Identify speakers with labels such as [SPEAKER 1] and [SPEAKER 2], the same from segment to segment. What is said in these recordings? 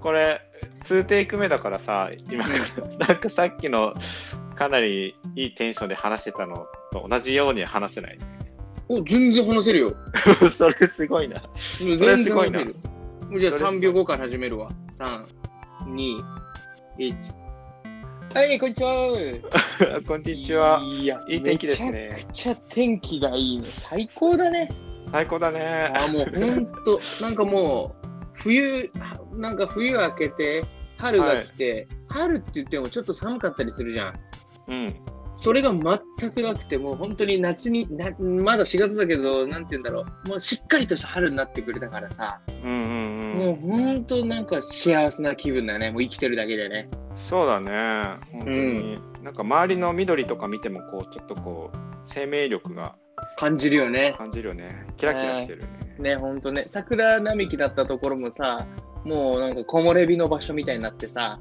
[SPEAKER 1] これ2テイク目だからさ今からなんかさっきのかなりいいテンションで話してたのと同じように話せない
[SPEAKER 2] お、全然話せるよ。
[SPEAKER 1] それすごいな
[SPEAKER 2] 全
[SPEAKER 1] れ
[SPEAKER 2] 然
[SPEAKER 1] すごい
[SPEAKER 2] 話
[SPEAKER 1] な
[SPEAKER 2] せる。もうじゃあ
[SPEAKER 1] それすごい
[SPEAKER 2] 3秒後から始めるわ。3、2、1。はい、こんにちは。
[SPEAKER 1] こんにちはい
[SPEAKER 2] や、
[SPEAKER 1] いい天気ですね
[SPEAKER 2] めちゃくちゃ天気がいいね。最高だね。
[SPEAKER 1] 最高だね
[SPEAKER 2] あーもうほんと、 なんかもう、冬、なんか冬明けて、春が来て、春って言ってもちょっと寒かったりするじゃん。
[SPEAKER 1] うん
[SPEAKER 2] それが全くなくて、もう本当に夏にな、まだ4月だけど、なんて言うんだろう、もうしっかりとした春になってくれたからさ、
[SPEAKER 1] うんうんうん
[SPEAKER 2] もう本当なんか幸せな気分だね、もう生きてるだけでね。
[SPEAKER 1] そうだね本当に、なんか周りの緑とか見てもこうちょっとこう生命力が
[SPEAKER 2] 感じるよね。
[SPEAKER 1] 感じるよねキラキラしてるね、
[SPEAKER 2] ね、本当ね、桜並木だったところもさ、もうなんか木漏れ日の場所みたいになってさ、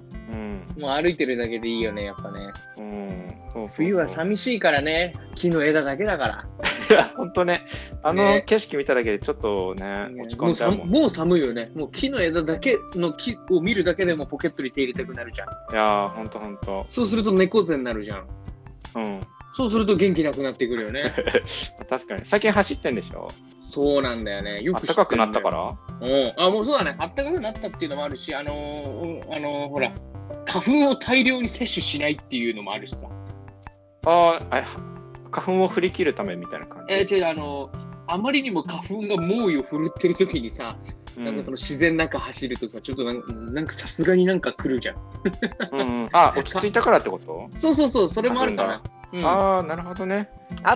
[SPEAKER 2] もう歩いてるだけでいいよね、やっぱね。
[SPEAKER 1] うん、うん、そうそうそう
[SPEAKER 2] 冬は寂しいからね、木の枝だけだから。
[SPEAKER 1] いや 本当ねあの
[SPEAKER 2] ね
[SPEAKER 1] 景色見ただけでちょっとね落ち込んじゃうもん
[SPEAKER 2] もう寒もう寒いよね。もう木の枝だけの木を見るだけでもポケットに手入れたくなるじゃん。
[SPEAKER 1] いやーほんとほんと
[SPEAKER 2] そうすると猫背になるじゃん。
[SPEAKER 1] うん
[SPEAKER 2] そうすると元気なくなってくる よね。
[SPEAKER 1] 確かに最近走ってんでしょ
[SPEAKER 2] そうなんだよね。よく知
[SPEAKER 1] 暖
[SPEAKER 2] って
[SPEAKER 1] かく
[SPEAKER 2] るんだ
[SPEAKER 1] な
[SPEAKER 2] よ
[SPEAKER 1] ったから
[SPEAKER 2] うん。あ、もうそうだね。暖かくなったっていうのもあるし、あのー、あのーほら、花粉を大量に摂取しないっていうのもあるしさ。
[SPEAKER 1] あーあ花粉を振り切るためみたいな感じ
[SPEAKER 2] えー違う、あのーあまりにも花粉が猛威を振るってる時にさ、
[SPEAKER 1] うん
[SPEAKER 2] なんかその自然の中走るとさ、ちょっとなんかなんかさすがになんか来るじゃん。
[SPEAKER 1] うんうんあ落ち着いたからってこと、
[SPEAKER 2] そうそうそう、それもあるかな。うんあ
[SPEAKER 1] ああなるほどね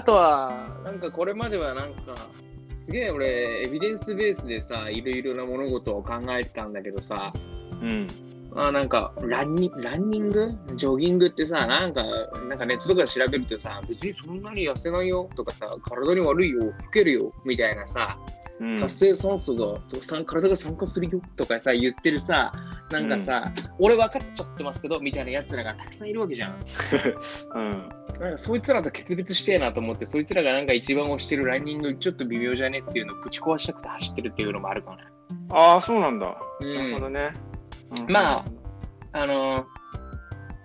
[SPEAKER 2] とは、なんかこれまではなんか、すげえ俺、エビデンスベースでさ、いろいろな物事を考えてたんだけどさ、
[SPEAKER 1] うん
[SPEAKER 2] あなんかランニ、ランニングジョギングってさ、なんか、なんかネットとかで調べるとさ、別にそんなに痩せないよとかさ、体に悪いよ、老けるよ、みたいなさ、
[SPEAKER 1] うん
[SPEAKER 2] 活性酸素が、とかさ体が酸化するよとかさ、言ってるさ、なんかさ、俺分かっちゃってますけど、みたいな奴らがたくさんいるわけじゃん。
[SPEAKER 1] うん
[SPEAKER 2] なんかそいつらと決別してえなと思って、そいつらがなんか一番推してるランニングちょっと微妙じゃねっていうのをぶち壊したくて走ってるっていうのもあるかな。
[SPEAKER 1] ああそうなんだ、
[SPEAKER 2] う
[SPEAKER 1] なるほ
[SPEAKER 2] ん。
[SPEAKER 1] どね、うん
[SPEAKER 2] まああのー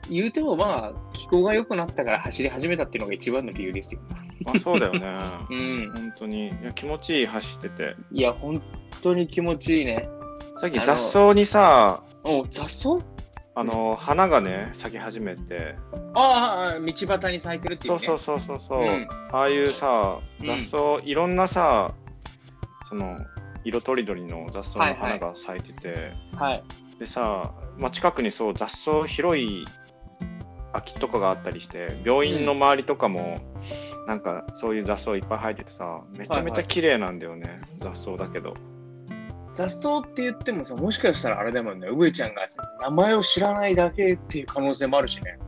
[SPEAKER 2] 言うてもまあ、気候が良くなったから走り始めたっていうのが一番の理由ですよ。
[SPEAKER 1] まあそうだよね
[SPEAKER 2] うん。
[SPEAKER 1] 本当にいや気持ちいい走ってて
[SPEAKER 2] いや、本当に気持ちいいね。
[SPEAKER 1] さっき
[SPEAKER 2] あの
[SPEAKER 1] 雑草にさ
[SPEAKER 2] お、雑草
[SPEAKER 1] あの花がね咲き始めて
[SPEAKER 2] ああ、道端に咲いてるっていう
[SPEAKER 1] そう
[SPEAKER 2] ね。
[SPEAKER 1] そうそうそうそう、
[SPEAKER 2] うん
[SPEAKER 1] ああいうさ
[SPEAKER 2] うん
[SPEAKER 1] 雑草、いろんなさその色とりどりの雑草
[SPEAKER 2] はい
[SPEAKER 1] の
[SPEAKER 2] は
[SPEAKER 1] 花
[SPEAKER 2] い
[SPEAKER 1] が咲いてて、
[SPEAKER 2] はい。
[SPEAKER 1] でさ、まあ、近くにそう雑草広い空きとかがあったりして病院の周りとかも、なんかそういう雑草いっぱい生えててさめちゃめ
[SPEAKER 2] はい
[SPEAKER 1] ち
[SPEAKER 2] は
[SPEAKER 1] ゃ
[SPEAKER 2] い
[SPEAKER 1] 綺麗なんだよね、雑草だけど
[SPEAKER 2] 雑草って言ってもさ、もしかしたらあれだもんね、うぐいちゃんがさ名前を知らないだけっていう可能性もあるしね。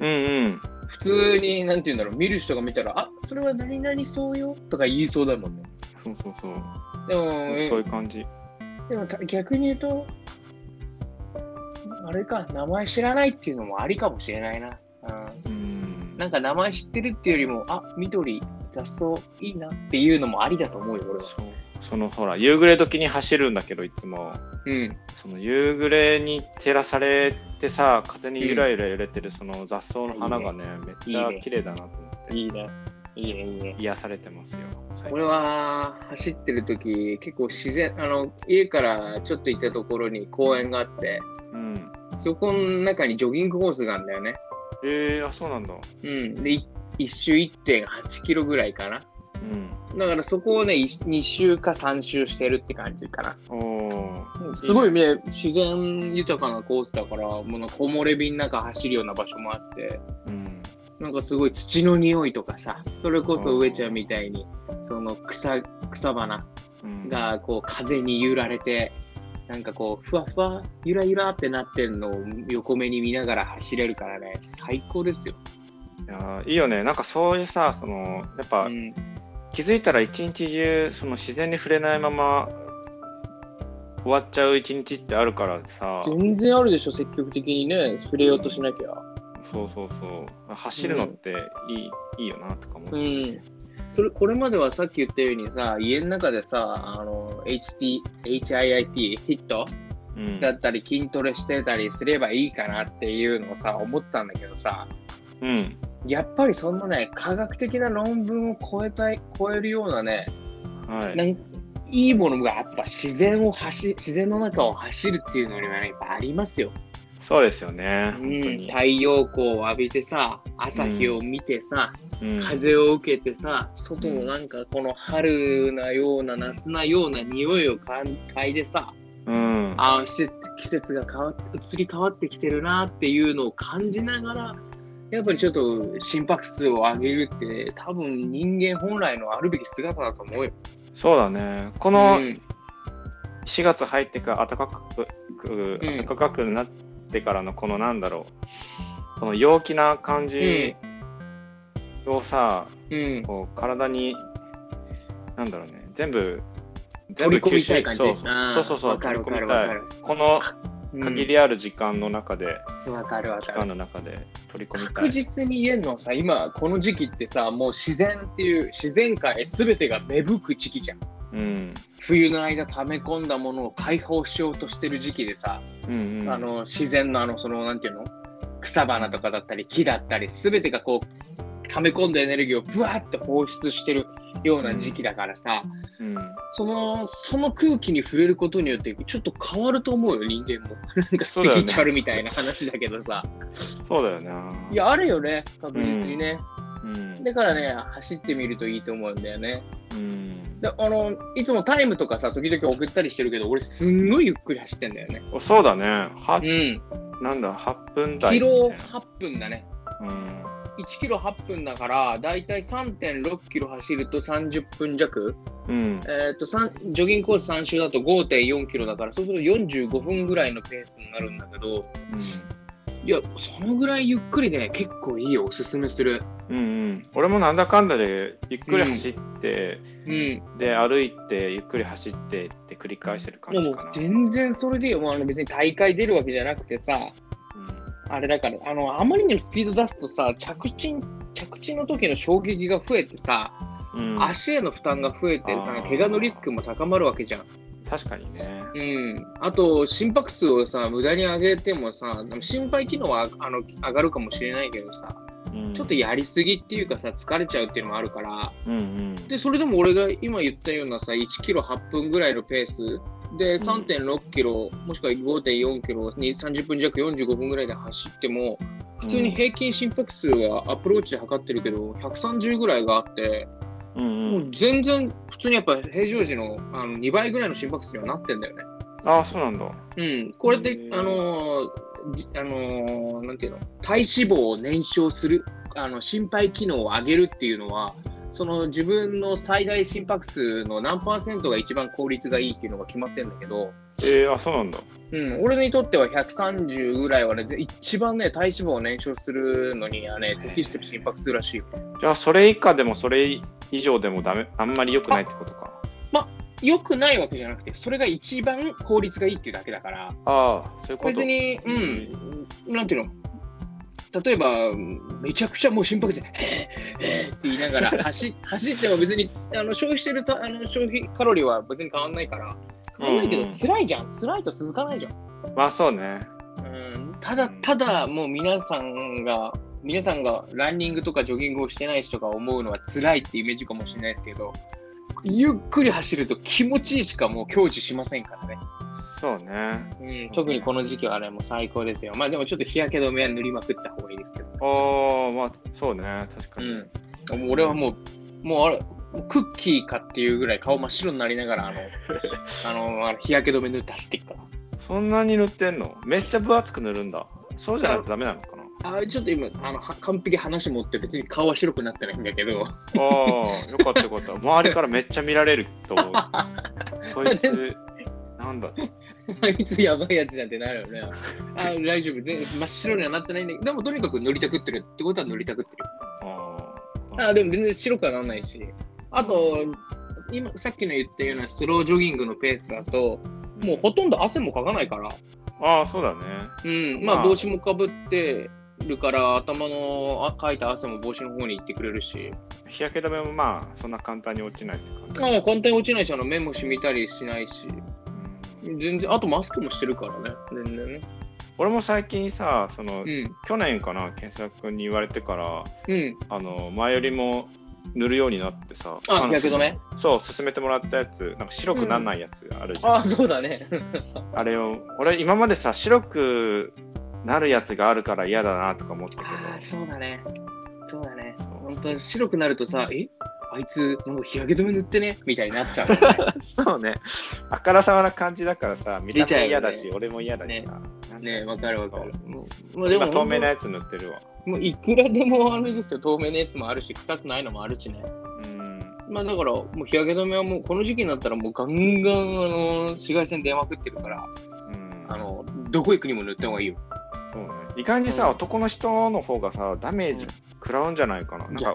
[SPEAKER 1] うんうん
[SPEAKER 2] 普通に、なんて言うんだろう、見る人が見たら、あそれは何々そうよとか言いそうだもんね。
[SPEAKER 1] そうそうそう、
[SPEAKER 2] でも、
[SPEAKER 1] そういう感じ
[SPEAKER 2] でもた逆に言うと、あれか、名前知らないっていうのもありかもしれないな。うん、
[SPEAKER 1] うん
[SPEAKER 2] なんか名前知ってるっていうよりも、あ緑、雑草いいなっていうのもありだと思うよ、俺は。
[SPEAKER 1] そうそのほら夕暮れ時に走るんだけどいつも
[SPEAKER 2] うん。
[SPEAKER 1] その夕暮れに照らされてさ風にゆらゆら揺れてるその雑草の花がね、めっちゃ
[SPEAKER 2] いいね
[SPEAKER 1] 綺麗だなと思って
[SPEAKER 2] いいね。いいね、いいね。
[SPEAKER 1] 癒されてますよ最近
[SPEAKER 2] 俺は走ってる時結構自然あの家からちょっと行ったところに公園があって
[SPEAKER 1] うん
[SPEAKER 2] そこの中にジョギングコースがあるんだよね
[SPEAKER 1] えー、あそうなんだ
[SPEAKER 2] うん、でい一周1.8キロぐらいかな。
[SPEAKER 1] うん
[SPEAKER 2] だからそこをね、い2周か3周してるって感じかな。
[SPEAKER 1] おお
[SPEAKER 2] すごいね、自然豊かなコースだから、もうなんか木漏れ日の中走るような場所もあって、
[SPEAKER 1] うん
[SPEAKER 2] なんかすごい土の匂いとかさ、それこそ上ちゃんみたいに、その草、草花
[SPEAKER 1] うん
[SPEAKER 2] がこう風に揺られて、なんかこう、ふわふわ、ゆらゆらってなってんのを横目に見ながら走れるからね、最高ですよ。
[SPEAKER 1] いやーいいよねなんかそういうさそのやっぱ、
[SPEAKER 2] うん
[SPEAKER 1] 気づいたら一日中その自然に触れないまま終わっちゃう一日ってあるからさ
[SPEAKER 2] 全然あるでしょ、積極的にね、触れようとしなきゃ。
[SPEAKER 1] そうそうそう走るのっていい,、いいよなとか思
[SPEAKER 2] う
[SPEAKER 1] う、
[SPEAKER 2] ん。それ、これまではさっき言ったようにさ、家の中でさ、あの、HT、HIIT、ヒット
[SPEAKER 1] ううん
[SPEAKER 2] だったり筋トレしてたりすればいいかなっていうのをさ思ってたんだけどさ
[SPEAKER 1] うん
[SPEAKER 2] やっぱりそんなね科学的な論文を超えたい超えるようなね
[SPEAKER 1] はい
[SPEAKER 2] 何いいものがやっぱ自然を走自然の中を走るっていうのにはねやっぱありますよ。
[SPEAKER 1] そうですよね
[SPEAKER 2] う
[SPEAKER 1] 本
[SPEAKER 2] ん
[SPEAKER 1] 当に、
[SPEAKER 2] 太陽光を浴びてさ朝日を見てさ、
[SPEAKER 1] うん
[SPEAKER 2] 風を受けてさ外のなんかこの春なような夏なような匂いをかん嗅いでさ
[SPEAKER 1] うん
[SPEAKER 2] あー季節季節が変わって移り変わってきてるなっていうのを感じながらやっぱりちょっと心拍数を上げるって多分人間本来のあるべき姿だと思うよ。
[SPEAKER 1] そうだねこの
[SPEAKER 2] うん
[SPEAKER 1] 4月入ってから暖かくく
[SPEAKER 2] うん
[SPEAKER 1] 暖かくなってからのこのなんだろうこの陽気な感じをさ、
[SPEAKER 2] うん
[SPEAKER 1] こう体になんだろうね全部全
[SPEAKER 2] 取り込み
[SPEAKER 1] 吸収
[SPEAKER 2] たい感じ。
[SPEAKER 1] そうそうそうそう
[SPEAKER 2] わかるわか
[SPEAKER 1] 取り込
[SPEAKER 2] る
[SPEAKER 1] みた
[SPEAKER 2] わか
[SPEAKER 1] い
[SPEAKER 2] る。
[SPEAKER 1] この
[SPEAKER 2] うん
[SPEAKER 1] 限りある時間の中で、
[SPEAKER 2] わかるわ
[SPEAKER 1] 期間
[SPEAKER 2] かる。
[SPEAKER 1] の中で取り込みたい
[SPEAKER 2] 確実に言えるのはさ、今この時期ってさ、もう自然っていう自然界すべてが芽吹く時期じゃん。
[SPEAKER 1] うん
[SPEAKER 2] 冬の間溜め込んだものを解放しようとしてる時期でさ、
[SPEAKER 1] うんうん
[SPEAKER 2] あの自然のあのそのなんていうの草花とかだったり木だったりすべてがこう溜め込んだエネルギーをぶわっと放出してるような時期だからさ、
[SPEAKER 1] うん
[SPEAKER 2] そのその空気に触れることによってちょっと変わると思うよ人間も なんかス
[SPEAKER 1] そう
[SPEAKER 2] ピ
[SPEAKER 1] だよね
[SPEAKER 2] リチュアルみたいな話だけどさ、
[SPEAKER 1] そうだよね
[SPEAKER 2] いやあるよね確実にね、
[SPEAKER 1] うん
[SPEAKER 2] だからね走ってみるといいと思うんだよね
[SPEAKER 1] うん
[SPEAKER 2] であのいつもタイムとかさ時々送ったりしてるけど俺すんごいゆっくり走ってんだよね
[SPEAKER 1] おそうだねは
[SPEAKER 2] うん
[SPEAKER 1] なんだ8分台
[SPEAKER 2] キ
[SPEAKER 1] みたい
[SPEAKER 2] ロ
[SPEAKER 1] な
[SPEAKER 2] 8分だね
[SPEAKER 1] うん
[SPEAKER 2] 1キロ8分だから、だいたい3.6キロ走ると30分弱、
[SPEAKER 1] うん
[SPEAKER 2] えー、とさんジョギングコース3周だと5.4キロだから、そうすると45分ぐらいのペースになるんだけど、いや、そのぐらいゆっくりね、結構いいよ、おすすめする。
[SPEAKER 1] うんうん、俺もなんだかんだでゆっくり走って、
[SPEAKER 2] うん、
[SPEAKER 1] で歩いてゆっくり走ってって繰り返してる感
[SPEAKER 2] で
[SPEAKER 1] じ
[SPEAKER 2] も
[SPEAKER 1] かな。
[SPEAKER 2] 全然それでいいよ、まあ、あの別に大会出るわけじゃなくてさ、あれだから、あのあまりにもスピード出すとさ、着地着地の時の衝撃が増えてさ、
[SPEAKER 1] うんうん
[SPEAKER 2] 足への負担が増えてさ
[SPEAKER 1] あ、ー
[SPEAKER 2] 怪我のリスクも高まるわけじゃん。
[SPEAKER 1] 確かにね。
[SPEAKER 2] うん、あと心拍数をさ無駄に上げてもさでも心肺機能はあの上がるかもしれないけどさ
[SPEAKER 1] うん
[SPEAKER 2] ちょっとやりすぎっていうかさ疲れちゃうっていうのもあるから
[SPEAKER 1] うんうん、
[SPEAKER 2] でそれでも俺が今言ったようなさ1キロ8分ぐらいのペースで
[SPEAKER 1] うん
[SPEAKER 2] 3.6キロ、もしくは5.4キロに30分弱45分ぐらいで走っても普通に平均心拍数はアプローチで測ってるけど130ぐらいがあって、
[SPEAKER 1] うんうん
[SPEAKER 2] もう全然普通にやっぱ平常時のあの2倍ぐらいの心拍数にはなってんだよね。
[SPEAKER 1] ああ、そうなんだ。
[SPEAKER 2] うん、これで
[SPEAKER 1] へ、ー
[SPEAKER 2] あのーじあのーなんていうの、体脂肪を燃焼する、あの心肺機能を上げるっていうのは、その自分の最大心拍数の何パーセントが一番効率がいいっていうのが決まってるんだけど、
[SPEAKER 1] えー、あそうなんだ。
[SPEAKER 2] うん、俺にとっては130ぐらいはね、ぜ一番ね、体脂肪を燃焼するのにはね、適してる心拍数らしいよ。
[SPEAKER 1] じゃあ、それ以下でもそれ以上でもダメあんまり良くないってことか。
[SPEAKER 2] 良くないわけじゃなくて、それが一番効率がいいっていうだけだから。
[SPEAKER 1] ああ、そういうこと。
[SPEAKER 2] 別に、うん、なんていうの、例えば、めちゃくちゃもう心拍数、へ えへえって言いな がら走走っても別にあの消費してるたあの消費カロリーは別に変わんないから、変わんないけ
[SPEAKER 1] うん
[SPEAKER 2] ど、
[SPEAKER 1] うん
[SPEAKER 2] 辛いじゃん、辛いと続かないじゃん。
[SPEAKER 1] まあ、そうね。
[SPEAKER 2] うん、ただ、ただ、もう皆さんが、皆さんがランニングとかジョギングをしてない人が思うのは辛いってイメージかもしれないですけど、ゆっくり走ると気持ちいいしかもう享受しませんからね。
[SPEAKER 1] そうね。
[SPEAKER 2] うん、特にこの時期はあれもう最高ですよ。まあでもちょっと日焼け止めは塗りまくった方がいいですけど。
[SPEAKER 1] ああ、まあ、そうね。確かに。
[SPEAKER 2] うん、もう俺はもう、もうあれ、もうクッキーかっていうぐらい顔真っ白になりながら、あ の、あのあの日焼け止め塗って走っていくから。
[SPEAKER 1] そんなに塗ってんのめっちゃ分厚く塗るんだ。そうじゃないとダメなのかな
[SPEAKER 2] あちょっと今、あのは完璧話持って別に顔は白くなってないんだけど、
[SPEAKER 1] ああ、よかったよかった。周りからめっちゃ見られると 思う。こいつ、なんだと。
[SPEAKER 2] あいつやばいやつじゃんってなるよね。あ大丈夫、全真っ白にはなってないんだけど、でもとにかく塗りたくってるってことは塗りたくってる。
[SPEAKER 1] あ
[SPEAKER 2] あでも全然白くはならないし、あと、今さっきの言ったようなスロージョギングのペースだと、
[SPEAKER 1] ー
[SPEAKER 2] もうほとんど汗もかかないから、
[SPEAKER 1] ああ、そうだね。
[SPEAKER 2] うん、ま
[SPEAKER 1] ま
[SPEAKER 2] あ
[SPEAKER 1] あ
[SPEAKER 2] 帽子もかぶってるから、頭のあかいた汗も帽子の方に行ってくれるし、
[SPEAKER 1] 日焼け止めもまあ、そんな簡単に落ちないって感じ。
[SPEAKER 2] ああ簡単に落ちないし、あの目も染みたりしないし、
[SPEAKER 1] うん
[SPEAKER 2] 全然、あとマスクもしてるからね、全然ね。
[SPEAKER 1] 俺も最近さその、
[SPEAKER 2] うん。
[SPEAKER 1] 去年かな健作君に言われてから
[SPEAKER 2] うん。
[SPEAKER 1] あの前よりも塗るようになってさ
[SPEAKER 2] あ、日焼け止め
[SPEAKER 1] そう勧めてもらったやつなんか白くならないやつあるじゃん、
[SPEAKER 2] あ、そうだね。
[SPEAKER 1] あれを俺今までさ白くなるやつがあるから嫌だなとか思ったけど
[SPEAKER 2] ああ、そうだね。そうだね。
[SPEAKER 1] そう
[SPEAKER 2] 本当に白くなるとさ、えあいつ、なんか日焼け止め塗ってねみたいになっちゃう よ
[SPEAKER 1] そうね。あからさまな感じだからさ、見た
[SPEAKER 2] 出ちゃう
[SPEAKER 1] 目
[SPEAKER 2] よね
[SPEAKER 1] 嫌だし、俺も嫌だしさ。
[SPEAKER 2] ね。ねわかるわかる。もうもうでも
[SPEAKER 1] 今、透明なやつ塗ってるわ。
[SPEAKER 2] もういくらでもあれですよ、透明なやつもあるし、臭くないのもあるしね。
[SPEAKER 1] うん。
[SPEAKER 2] まあだから、もう日焼け止めはもうこの時期になったらもうガンガン、あの紫外線出まくってるから、
[SPEAKER 1] うん、
[SPEAKER 2] あの、どこ行くにも塗った方がいいよ。
[SPEAKER 1] そうね。意外にさ、
[SPEAKER 2] うん
[SPEAKER 1] 男の人の方がさ、ダメージ食らうんじゃないかな。なんか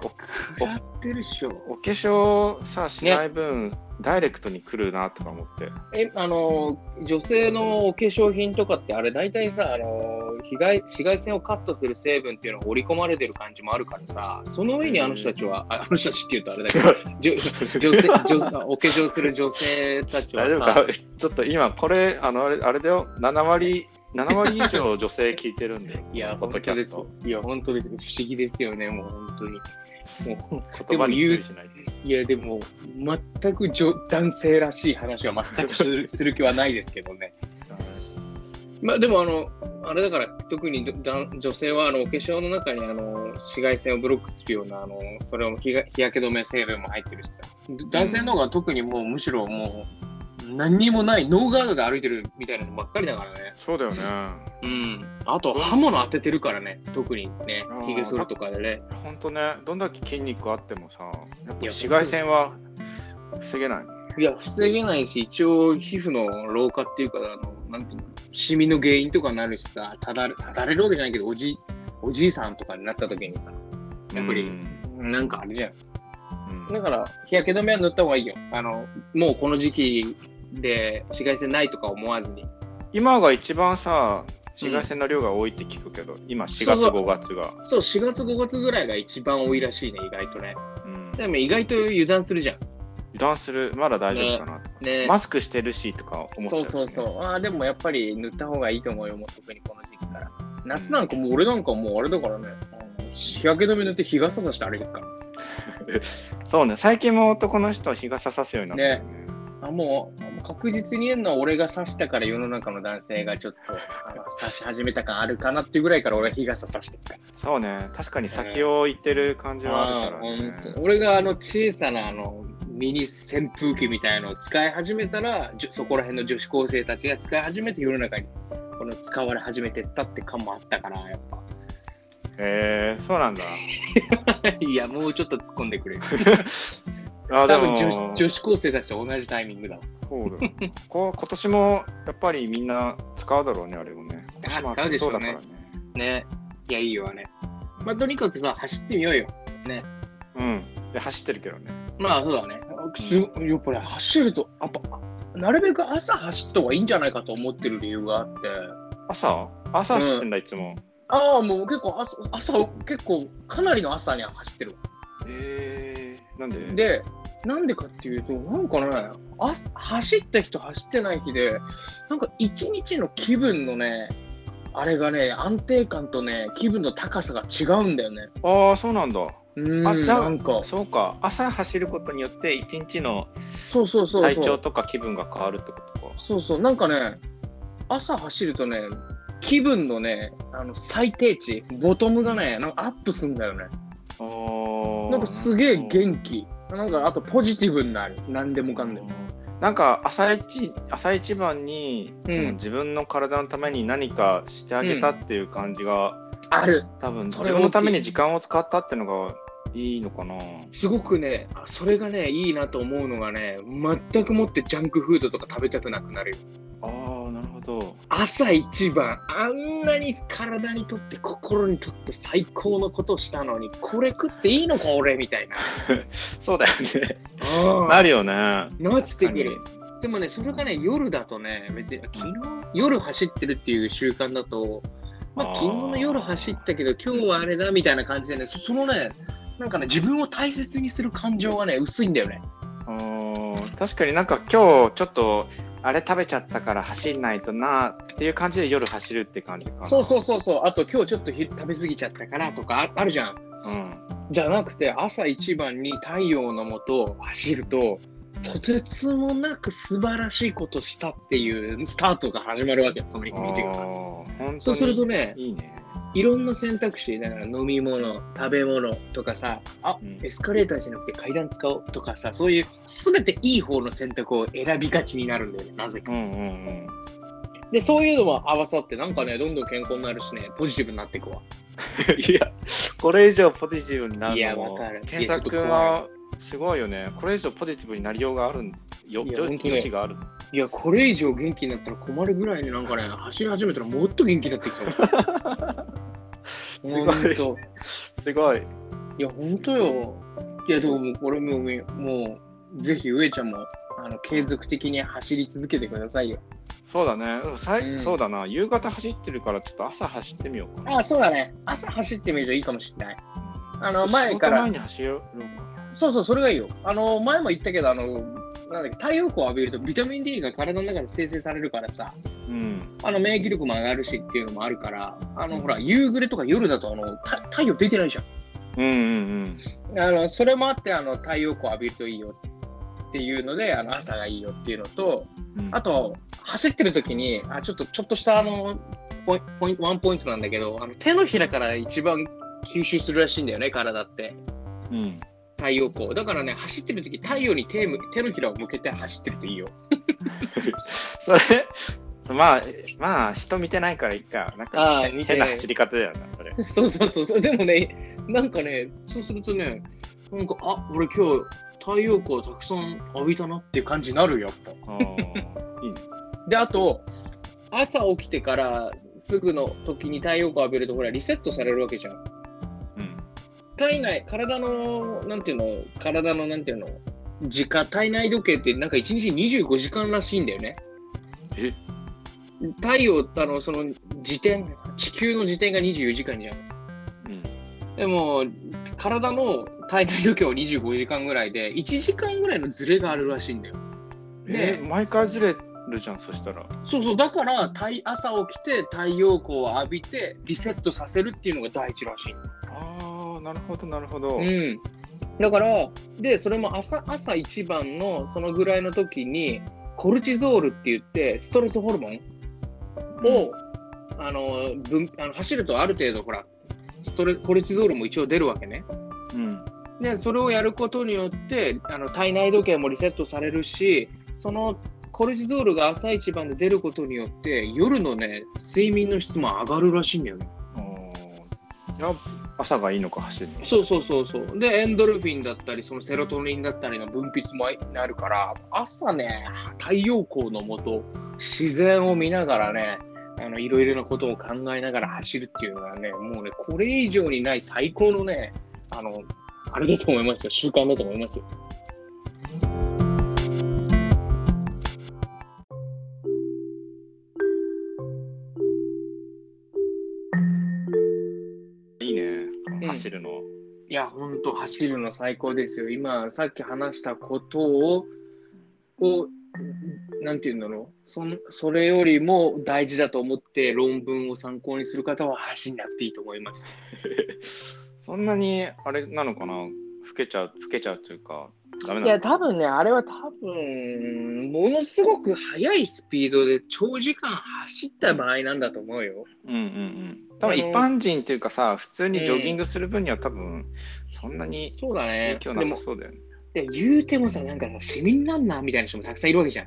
[SPEAKER 1] お
[SPEAKER 2] やってるっしょ。
[SPEAKER 1] お、お化粧さ、しない分、ダイレクトに来るなとか思って。
[SPEAKER 2] え、あの、女性のお化粧品とかってあれ大体さ、あの、被害紫外線をカットする成分っていうのが織り込まれてる感じもあるからさ、その上にあの人たちは、ああの人たちっていうとあれだけど、じゅ女性、女性、お化粧する女性たちは
[SPEAKER 1] 大
[SPEAKER 2] さ、
[SPEAKER 1] 丈夫か ちょっと今、これ、あの、あれあれだよ、7割。7割以上女性聞いてるんで、
[SPEAKER 2] いや、
[SPEAKER 1] ポッ
[SPEAKER 2] 本
[SPEAKER 1] ド
[SPEAKER 2] 当
[SPEAKER 1] キャ
[SPEAKER 2] で
[SPEAKER 1] ス
[SPEAKER 2] す
[SPEAKER 1] ト。。
[SPEAKER 2] いや、本当です。不思議ですよね、もう本当に。も
[SPEAKER 1] 言葉に
[SPEAKER 2] でも
[SPEAKER 1] 注
[SPEAKER 2] 言う
[SPEAKER 1] 意しないと。
[SPEAKER 2] ういや、でも、全く女男性らしい話は全くするする気はないですけどね。 まあ、でも、あの、あれだから、特にど男女性は、あの、お化粧の中に、あの、紫外線をブロックするような、あの、それを日が日焼け止め成分も入ってるしさ。男性の方が特にもう、むしろもう、何にもない、ノーガードで歩いてるみたいなのばっかりだからね。
[SPEAKER 1] そうだよね。
[SPEAKER 2] うん、あと刃物当ててるからね、特にね
[SPEAKER 1] あ、ー
[SPEAKER 2] ひげ剃るとかでね。
[SPEAKER 1] 本当ね、どんだけ筋肉あってもさ、やっぱ
[SPEAKER 2] いや
[SPEAKER 1] 紫外線は防げない。
[SPEAKER 2] いや、防げないし、一応、皮膚の老化っていうか、あのなんていうの、シミの原因とかになるしさ、ただれただれるわけじゃないけど、おじおじいさんとかになった時にさ、やっぱ
[SPEAKER 1] う
[SPEAKER 2] り、
[SPEAKER 1] ん
[SPEAKER 2] なんかあれじゃん。
[SPEAKER 1] うん
[SPEAKER 2] だから、日焼け止めは塗った方がいいよ。あのもうこの時期で紫外線ないとか思わずに。
[SPEAKER 1] 今が一番さ、紫外線の量が多いって聞くけど、今4月
[SPEAKER 2] そうそう
[SPEAKER 1] 5月が。
[SPEAKER 2] そう、4月、5月ぐらいが一番多いらしいね、意外とね。
[SPEAKER 1] うん
[SPEAKER 2] でも意外と油断するじゃん。
[SPEAKER 1] 油断する、まだ大丈夫かな、
[SPEAKER 2] ね
[SPEAKER 1] マスクしてるしとか思っちゃ
[SPEAKER 2] そう
[SPEAKER 1] し、
[SPEAKER 2] う
[SPEAKER 1] ね。
[SPEAKER 2] そうそう。ああ、でもやっぱり塗った方がいいと思うよ、もう特にこの時期から。夏なんかもう俺なんかもうあれだからね、あの日焼け止め塗って日傘さして歩いてるから。
[SPEAKER 1] そうね、最近も男の人は日傘さすようになったよね。
[SPEAKER 2] あもう確実に言えるのは俺がさしたから世の中の男性がちょっとあのさし始めた感あるかなっていうぐらいから俺は日傘さしてるから。
[SPEAKER 1] そうね、確かに先を行ってる感じはあるからね。
[SPEAKER 2] あーほんと俺があの小さなあのミニ扇風機みたいのを使い始めたら、じゅそこら辺の女子高生たちが使い始めて世の中にこの使われ始めてったって感もあったから、やっぱ。
[SPEAKER 1] えー、そう なんだ。
[SPEAKER 2] いや、もうちょっと突っ込んで くれる。
[SPEAKER 1] あー
[SPEAKER 2] 多
[SPEAKER 1] でも
[SPEAKER 2] 分女子女子高生たちと同じタイミングだわ。
[SPEAKER 1] そうだよこう今年もやっぱりみんな使うだろうね、あれをね。
[SPEAKER 2] あ
[SPEAKER 1] 今
[SPEAKER 2] ー
[SPEAKER 1] 年も
[SPEAKER 2] 使うでしょうね
[SPEAKER 1] 暑そだ
[SPEAKER 2] ね。いや、いいわね。まあ、とにかくさ、走ってみようよ。
[SPEAKER 1] からね。うん。で、走ってるけどね。
[SPEAKER 2] まあ、そうだね。すやっぱり走ると、やっぱ、なるべく朝走った方がいいんじゃないかと思ってる理由があって、
[SPEAKER 1] 朝朝走ってんだ、いつも。
[SPEAKER 2] ああ、もう結構朝、朝、結構、かなりの朝には走ってるわ。
[SPEAKER 1] えー、なんで
[SPEAKER 2] で、なんでかっていうと、なんかね、あ走った日と走ってない日で、なんか一日の気分のね、あれがね、安定感とね、気分の高さが違うんだよね。
[SPEAKER 1] ああ、そうなんだ。
[SPEAKER 2] うーん、
[SPEAKER 1] あだ
[SPEAKER 2] なんか、
[SPEAKER 1] そうか。朝走ることによって、一日の
[SPEAKER 2] そうそうそう
[SPEAKER 1] 体
[SPEAKER 2] そ
[SPEAKER 1] 調
[SPEAKER 2] う、
[SPEAKER 1] とか気分が変わるってことか。
[SPEAKER 2] そうそう、なんかね、朝走るとね、気分のね、あの最低値、ボトムがね、なんかアップすんだよね。
[SPEAKER 1] あー
[SPEAKER 2] なんかすげえ元気。なんかあとポジティブになる。なんでもかんでも。
[SPEAKER 1] なんか朝一朝一番に、その
[SPEAKER 2] うん
[SPEAKER 1] 自分の体のために何かしてあげたっていう感じが、
[SPEAKER 2] ある。
[SPEAKER 1] 多分
[SPEAKER 2] そ
[SPEAKER 1] 自
[SPEAKER 2] れ
[SPEAKER 1] 分のために時間を使ったってのがいいのかな。
[SPEAKER 2] すごくね、あそれがね、いいなと思うのがね、全くもってジャンクフードとか食べたくなくなるよ。
[SPEAKER 1] ああ、なるほど。
[SPEAKER 2] 朝一番、あんなに体にとって、心にとって最高のことをしたのに、これ食っていいのか、俺みたいな。
[SPEAKER 1] そうだよね。
[SPEAKER 2] な
[SPEAKER 1] なるよね。
[SPEAKER 2] なってくる。でもね、それがね、夜だとね、別に、昨日、夜走ってるっていう習慣だと、ま
[SPEAKER 1] あー
[SPEAKER 2] あ、昨日の夜走ったけど、今日はあれだみたいな感じでね、そそのね、なんかね、自分を大切にする感情がね、薄いんだよね。
[SPEAKER 1] 確かに。あー確かになんか今日ちょっとあれ食べちゃったから走んないとなっていう感じで夜走るって感じかな。
[SPEAKER 2] そうそうそうそう。あと今日ちょっと昼食べ過ぎちゃったからとかああるじゃん。
[SPEAKER 1] うん。
[SPEAKER 2] じゃなくて朝一番に太陽のもと走るととてつもなく素晴らしいことしたっていうスタートが始まるわけその一
[SPEAKER 1] あ
[SPEAKER 2] 日
[SPEAKER 1] ー
[SPEAKER 2] が。
[SPEAKER 1] 本
[SPEAKER 2] そ
[SPEAKER 1] 当
[SPEAKER 2] うすると
[SPEAKER 1] に
[SPEAKER 2] ね
[SPEAKER 1] いいね。
[SPEAKER 2] いろんな選択肢だから飲み物食べ物とかさあ
[SPEAKER 1] うん
[SPEAKER 2] エスカレーターじゃなくて階段使おうとかさそういう全ていい方の選択を選びがちになるんだよねなぜ
[SPEAKER 1] う
[SPEAKER 2] か。
[SPEAKER 1] んうんうん。
[SPEAKER 2] でそういうのも合わさってなんかねどんどん健康になるしねポジティブになっていくわ。
[SPEAKER 1] いや、これ以上ポジティブになるのも。
[SPEAKER 2] いやわかる
[SPEAKER 1] 検索君はすごいよね。これ以上ポジティブになりようがあるんよ。
[SPEAKER 2] いや
[SPEAKER 1] よ
[SPEAKER 2] 本当ね
[SPEAKER 1] 余地がある。
[SPEAKER 2] いや、これ以上元気になったら困るぐらいになんかね、走り始めたらもっと元気になってきたわ。
[SPEAKER 1] ごい
[SPEAKER 2] ほんと。
[SPEAKER 1] すごい。
[SPEAKER 2] いや、ほんとよ。いや、でももうこれもう、もう、ぜひ上ちゃんも、あの、継続的に走り続けてくださいよ。
[SPEAKER 1] そうだね。でもさい
[SPEAKER 2] うん
[SPEAKER 1] そうだな。夕方走ってるから、ちょっと朝走ってみようか。
[SPEAKER 2] あ、そうだね。朝走ってみるといいかもしれない。あの、前か
[SPEAKER 1] 仕事前
[SPEAKER 2] ら、
[SPEAKER 1] に走ろう
[SPEAKER 2] そうそう、それがいいよ。あの、前も言ったけど、あの、なんだっけ、太陽光を浴びるとビタミン D が体の中で生成されるからさ、
[SPEAKER 1] か。うん。
[SPEAKER 2] あの免疫力も上がるしっていうのもあるから、あのほら、夕暮れとか夜だとあのた太陽出てないじゃん。
[SPEAKER 1] うんうん
[SPEAKER 2] あのそれもあってあの太陽光浴びるといいよっていうのであの朝がいいよっていうのと
[SPEAKER 1] うん。
[SPEAKER 2] あと走ってる時にあちょっとちょっとしたあのポイポイントワンポイントなんだけどあの手のひらから一番吸収するらしいんだよね体って
[SPEAKER 1] うん。
[SPEAKER 2] 太陽光だからね走ってる時太陽に手む手のひらを向けて走ってるといいよ
[SPEAKER 1] それ、まあ、まあ、人見てないからいいか。なんか
[SPEAKER 2] あー見て
[SPEAKER 1] 変な走り方だよな、それ。
[SPEAKER 2] そうそうそうそうでもねなんかねそうするとねなんかあ俺今日太陽光たくさん浴びたなっていう感じになるよやっぱ
[SPEAKER 1] あーいいね。
[SPEAKER 2] であと朝起きてからすぐの時に太陽光浴びるとほらリセットされるわけじゃん
[SPEAKER 1] うん。
[SPEAKER 2] 体内体のなんていうの体のなんていうの時間体内時計ってなんか1日25時間らしいんだよね
[SPEAKER 1] え
[SPEAKER 2] 太陽あのその時点地球の時点が24時間じゃん
[SPEAKER 1] うん。
[SPEAKER 2] でも体の体内時計は25時間ぐらいで1時間ぐらいのズレがあるらしいんだよ
[SPEAKER 1] え
[SPEAKER 2] ね
[SPEAKER 1] 毎回ずれるじゃん、そしたら。
[SPEAKER 2] そうそうだから太朝起きて太陽光を浴びてリセットさせるっていうのが大事らしい
[SPEAKER 1] ああ、なるほど、なるほど。
[SPEAKER 2] うん、だからでそれも朝朝一番のそのぐらいの時にコルチゾールって言ってストレスホルモンを、あの分あの走るとある程度ほらストレコルチゾールも一応出るわけね
[SPEAKER 1] うん。
[SPEAKER 2] でそれをやることによってあの体内時計もリセットされるしそのコルチゾールが朝一番で出ることによって夜のね睡眠の質も上がるらしいんだよね
[SPEAKER 1] あーやっぱ朝がいいのか、走るの。
[SPEAKER 2] そうそうそうそう。で、エンドルフィンだったり、そのセロトニンだったりの分泌もなるから、朝ね、太陽光のもと、自然を見ながらね、あのいろいろなことを考えながら走るっていうのはね、もうね、これ以上にない最高のね、あの、あれだと思いますよ、習慣だと思いますよ。
[SPEAKER 1] いいね
[SPEAKER 2] う、ん
[SPEAKER 1] 走るの。
[SPEAKER 2] いや、ほんと走るの最高ですよ。今、さっき話したことを、こう、なんていうんだろうそん、それよりも大事だと思って論文を参考にする方は走んなくていいと思います。
[SPEAKER 1] そんなに、あれなのかな、老けちゃう、老けちゃうというか、ダメ
[SPEAKER 2] い
[SPEAKER 1] な
[SPEAKER 2] や、
[SPEAKER 1] のか
[SPEAKER 2] 多分ね、あれは多分、ものすごく速いスピードで長時間走った場合なんだと思うよ。
[SPEAKER 1] うんうんうん。多分一般人っていうかさ、普通にジョギングする分には多分、そんなに
[SPEAKER 2] そうだね
[SPEAKER 1] 影。
[SPEAKER 2] で
[SPEAKER 1] 響
[SPEAKER 2] も
[SPEAKER 1] なさそうだよね。
[SPEAKER 2] で言うてもさ、なんかさ、市民ランナーみたいな人もたくさんいるわけじゃん。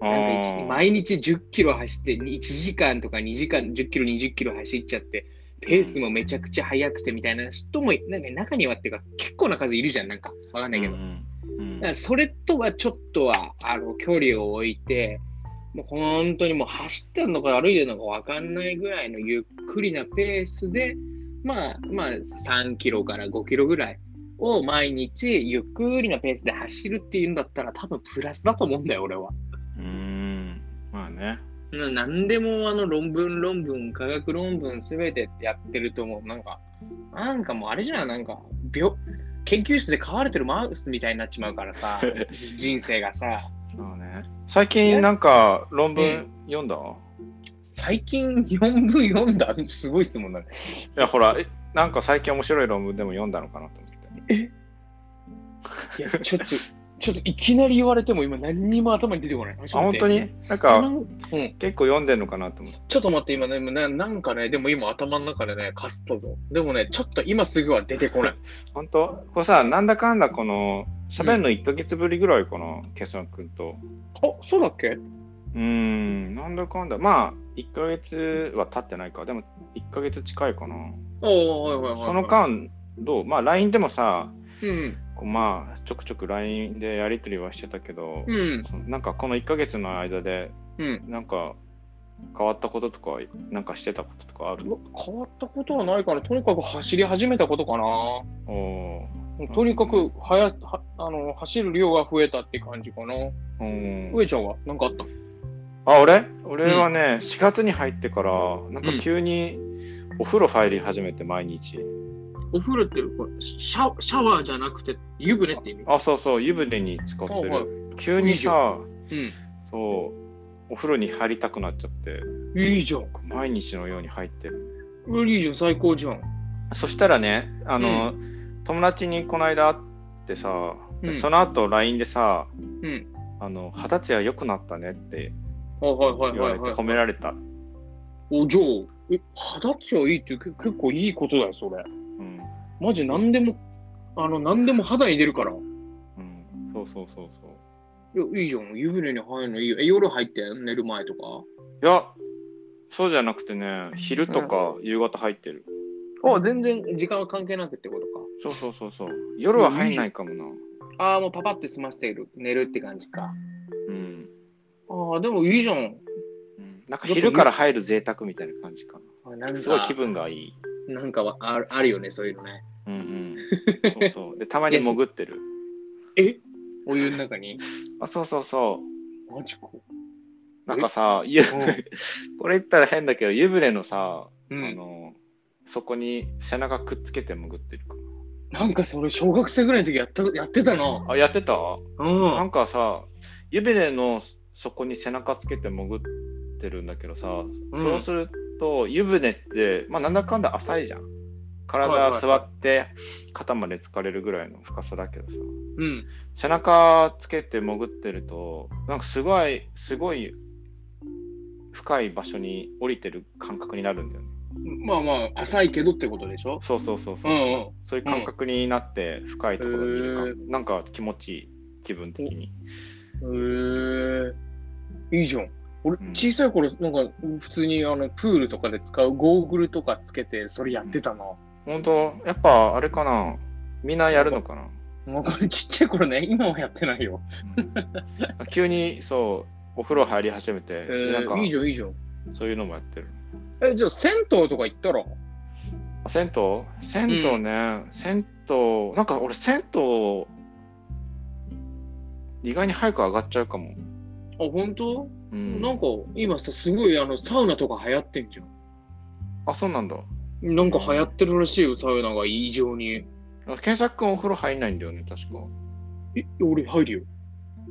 [SPEAKER 2] な
[SPEAKER 1] あ
[SPEAKER 2] んか一
[SPEAKER 1] ー
[SPEAKER 2] 毎日10キロ走って1時間とか2時間10キロ20キロ走っちゃってペースもめちゃくちゃ速くてみたいな人もなんか中にはっていうか結構な数いるじゃんなんかわかんないけど、
[SPEAKER 1] う
[SPEAKER 2] だ
[SPEAKER 1] んうん
[SPEAKER 2] からそれとはちょっとはあの距離を置いてもう本当にもう走ってんのか歩いてるのかわかんないぐらいのゆっくりなペースでまあまあ3キロから5キロぐらいを毎日ゆっくりなペースで走るっていうんだったら多分プラスだと思うんだよ俺は。
[SPEAKER 1] うんうんまあね。
[SPEAKER 2] うん何でもあの論文論文科学論文すべてってやってるともうなんかなんかもうあれじゃんなんか 病研究室で飼われてるマウスみたいになっちまうからさ人生がさ
[SPEAKER 1] そうね最近なんか論文読んだ、
[SPEAKER 2] 最近4分読んだすごい質問だね。
[SPEAKER 1] いやほらえなんか最近面白い論文でも読んだのかなと思って
[SPEAKER 2] いや、ちょっと、ちょっといきなり言われても今何にも頭に出てこない。あ、
[SPEAKER 1] あ本当になん
[SPEAKER 2] あ
[SPEAKER 1] か
[SPEAKER 2] のうん、
[SPEAKER 1] 結構読んでんのかなと思って
[SPEAKER 2] ちょっと待って、今ね、ななんかね、でも今頭の中でね、かすったぞ。でもね、ちょっと今すぐは出て こない。
[SPEAKER 1] 本当これさなんだかんだこの喋るの1ヶ月ぶりぐらいかな、ケソン君と
[SPEAKER 2] あ、そうだっけ
[SPEAKER 1] うーんなんだかんだまあ1ヶ月は経ってないかでも1ヶ月近いかな
[SPEAKER 2] おおはいはいはいはい。
[SPEAKER 1] その間どうまあ LINE でもさ
[SPEAKER 2] うん。
[SPEAKER 1] こうまあちょくちょく LINE でやり取りはしてたけど、
[SPEAKER 2] うん。
[SPEAKER 1] そのなんかこの1ヶ月の間で
[SPEAKER 2] うん。
[SPEAKER 1] なんか変わったこととかなんかしてたこととかある
[SPEAKER 2] 変わったことはないから、とにかく走り始めたことかな。
[SPEAKER 1] お
[SPEAKER 2] とにかくはやはあの走る量が増えたって感じかな。
[SPEAKER 1] ーうん
[SPEAKER 2] 上ちゃんは何かあった
[SPEAKER 1] あ俺俺はね、4月に入ってからなんか急にお風呂入り始めて毎日、
[SPEAKER 2] お風呂ってこれシャシャワーじゃなくて湯船って意味
[SPEAKER 1] あそうそう湯船に使って
[SPEAKER 2] あはい
[SPEAKER 1] る急にさ
[SPEAKER 2] うん、
[SPEAKER 1] そうお風呂に入りたくなっちゃって
[SPEAKER 2] いいじゃん。
[SPEAKER 1] 毎日のように入ってる
[SPEAKER 2] うんいいじゃん、最高じゃん。
[SPEAKER 1] そしたらねあの、友達にこの間会ってさ、
[SPEAKER 2] うん
[SPEAKER 1] その後 LINE でさ
[SPEAKER 2] うん。
[SPEAKER 1] あの肌ツヤ良くなったねって
[SPEAKER 2] あはい
[SPEAKER 1] 言
[SPEAKER 2] は
[SPEAKER 1] われ
[SPEAKER 2] いはい、
[SPEAKER 1] て
[SPEAKER 2] はい
[SPEAKER 1] 褒。められた、
[SPEAKER 2] お嬢、え、肌ツヤいいってけ結構いいことだよ、それ。
[SPEAKER 1] うん
[SPEAKER 2] マジ何でも、あの、何でも肌に出るから。い
[SPEAKER 1] うん、そうそうそうそう
[SPEAKER 2] や、いいじゃん。湯船に入るのいいよ。え、夜入って寝る前と
[SPEAKER 1] いや、そうじゃなくてね、昼とか夕方入ってる。
[SPEAKER 2] かあ、全然時間は関係なくってことか。
[SPEAKER 1] そうそうそうそう。夜は入んないかもな。
[SPEAKER 2] ああ、もうパパって済ませてる寝るって感じか。
[SPEAKER 1] うん。
[SPEAKER 2] ああ、でもいいじゃん。
[SPEAKER 1] うんなんか昼から入る贅沢みたいな感じか
[SPEAKER 2] あなん
[SPEAKER 1] な。
[SPEAKER 2] か
[SPEAKER 1] すごい気分がいい。
[SPEAKER 2] なんかはあるあるよね、そういうのね。
[SPEAKER 1] うんうん。そうそう。で、たまに潜ってる。
[SPEAKER 2] えお湯の中に
[SPEAKER 1] あそうそうそう。
[SPEAKER 2] マジか。
[SPEAKER 1] なんかさ、湯 これ言ったら変だけど、湯船のさ、
[SPEAKER 2] う
[SPEAKER 1] あ
[SPEAKER 2] ん、
[SPEAKER 1] の、そこに背中くっつけて潜ってるか
[SPEAKER 2] なんかそれ小学生ぐらいの時やったやってたな。
[SPEAKER 1] な。あ、やってた
[SPEAKER 2] うん
[SPEAKER 1] なんかさ、湯船の底に背中つけて潜ってるんだけどさ、そうすると湯船って、まあ、なんだかんだ浅いじゃん。
[SPEAKER 2] は
[SPEAKER 1] 体
[SPEAKER 2] いはい
[SPEAKER 1] 座って肩まで疲れるぐらいの深さだけどさ、
[SPEAKER 2] うん。
[SPEAKER 1] 背中つけて潜ってると、なんかすごい、すごい深い場所に降りてる感覚になるんだよね。
[SPEAKER 2] まあまあ、浅いけどってことでしょ
[SPEAKER 1] そうそうそうそう。
[SPEAKER 2] うんうん
[SPEAKER 1] そういう感覚になって深いところにいるか、
[SPEAKER 2] へ
[SPEAKER 1] なんか気持ちいい、気分的に。
[SPEAKER 2] へえいいじゃん。俺
[SPEAKER 1] うん、
[SPEAKER 2] 小さい頃、なんか、普通にあのプールとかで使うゴーグルとかつけて、それやってたな。
[SPEAKER 1] 本当やっぱあれかなみんなやるのかな
[SPEAKER 2] もうこれちっちゃい頃ね、今はやってないよ。
[SPEAKER 1] 急にそうお風呂入り始めて、
[SPEAKER 2] え
[SPEAKER 1] なんか
[SPEAKER 2] ー、いいじゃん、いいじゃん。
[SPEAKER 1] そういうのもやってる
[SPEAKER 2] え、じゃあ、銭湯とか行ったら
[SPEAKER 1] あ銭湯銭湯ね、銭湯なんか俺銭湯意外に早く上がっちゃうかも、
[SPEAKER 2] あ、本当、
[SPEAKER 1] うん、
[SPEAKER 2] なんか、今さ、すごい、あの、サウナとか流行ってんじゃん。
[SPEAKER 1] あそうなんだ
[SPEAKER 2] なんか流行ってるらしいよ、サウナが異常に。
[SPEAKER 1] 検索君お風呂入んないんだよね確か
[SPEAKER 2] え、俺入るよ。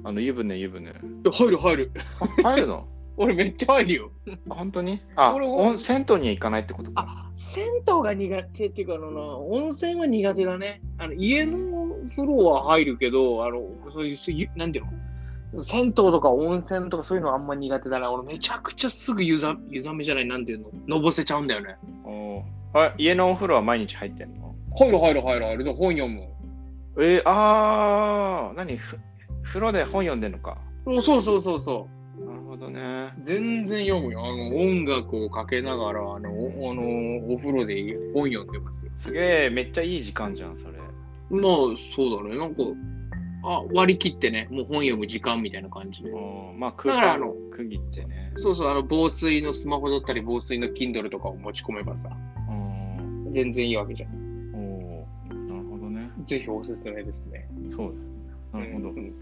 [SPEAKER 1] あの湯船湯船
[SPEAKER 2] え入る入る。
[SPEAKER 1] あ入るの
[SPEAKER 2] 俺めっちゃ入るよ。
[SPEAKER 1] あ本当にあ
[SPEAKER 2] 俺
[SPEAKER 1] お銭湯には行かないってことか
[SPEAKER 2] あ、銭湯が苦手っていうか、あのな、温泉は苦手だね。あの家の風呂は入るけど、あの、そういうそういう、なんていうの銭湯とか温泉とかそういうのはあんま苦手だな。俺めちゃくちゃすぐ湯ざ湯ざめじゃない、なんていうの、のぼせちゃうんだよね。
[SPEAKER 1] おあ家のお風呂は毎日入ってんの
[SPEAKER 2] 入る入る入る入る。本読む。
[SPEAKER 1] えー、あー、何ふ風呂で本読んでんのか。
[SPEAKER 2] おそうそうそうそう。
[SPEAKER 1] なるほどね。
[SPEAKER 2] 全然読むよ。あの音楽をかけながら、あの、おあのお風呂で本読んでますよ。
[SPEAKER 1] すげえ、めっちゃいい時間じゃん、それ。
[SPEAKER 2] まあ、そうだね。なんか、あ、割り切ってね、もう本読む時間みたいな感じで。
[SPEAKER 1] おーまあ、空
[SPEAKER 2] だからあ
[SPEAKER 1] 間
[SPEAKER 2] の
[SPEAKER 1] 区切ってね。
[SPEAKER 2] そうそう、あの、防水のスマホだったり、防水の Kindle とかを持ち込めばさ、
[SPEAKER 1] うん
[SPEAKER 2] 全然いいわけじゃん。
[SPEAKER 1] おーなるほどね。
[SPEAKER 2] ぜひおすすめですね。
[SPEAKER 1] そうだね。なるほど。
[SPEAKER 2] うん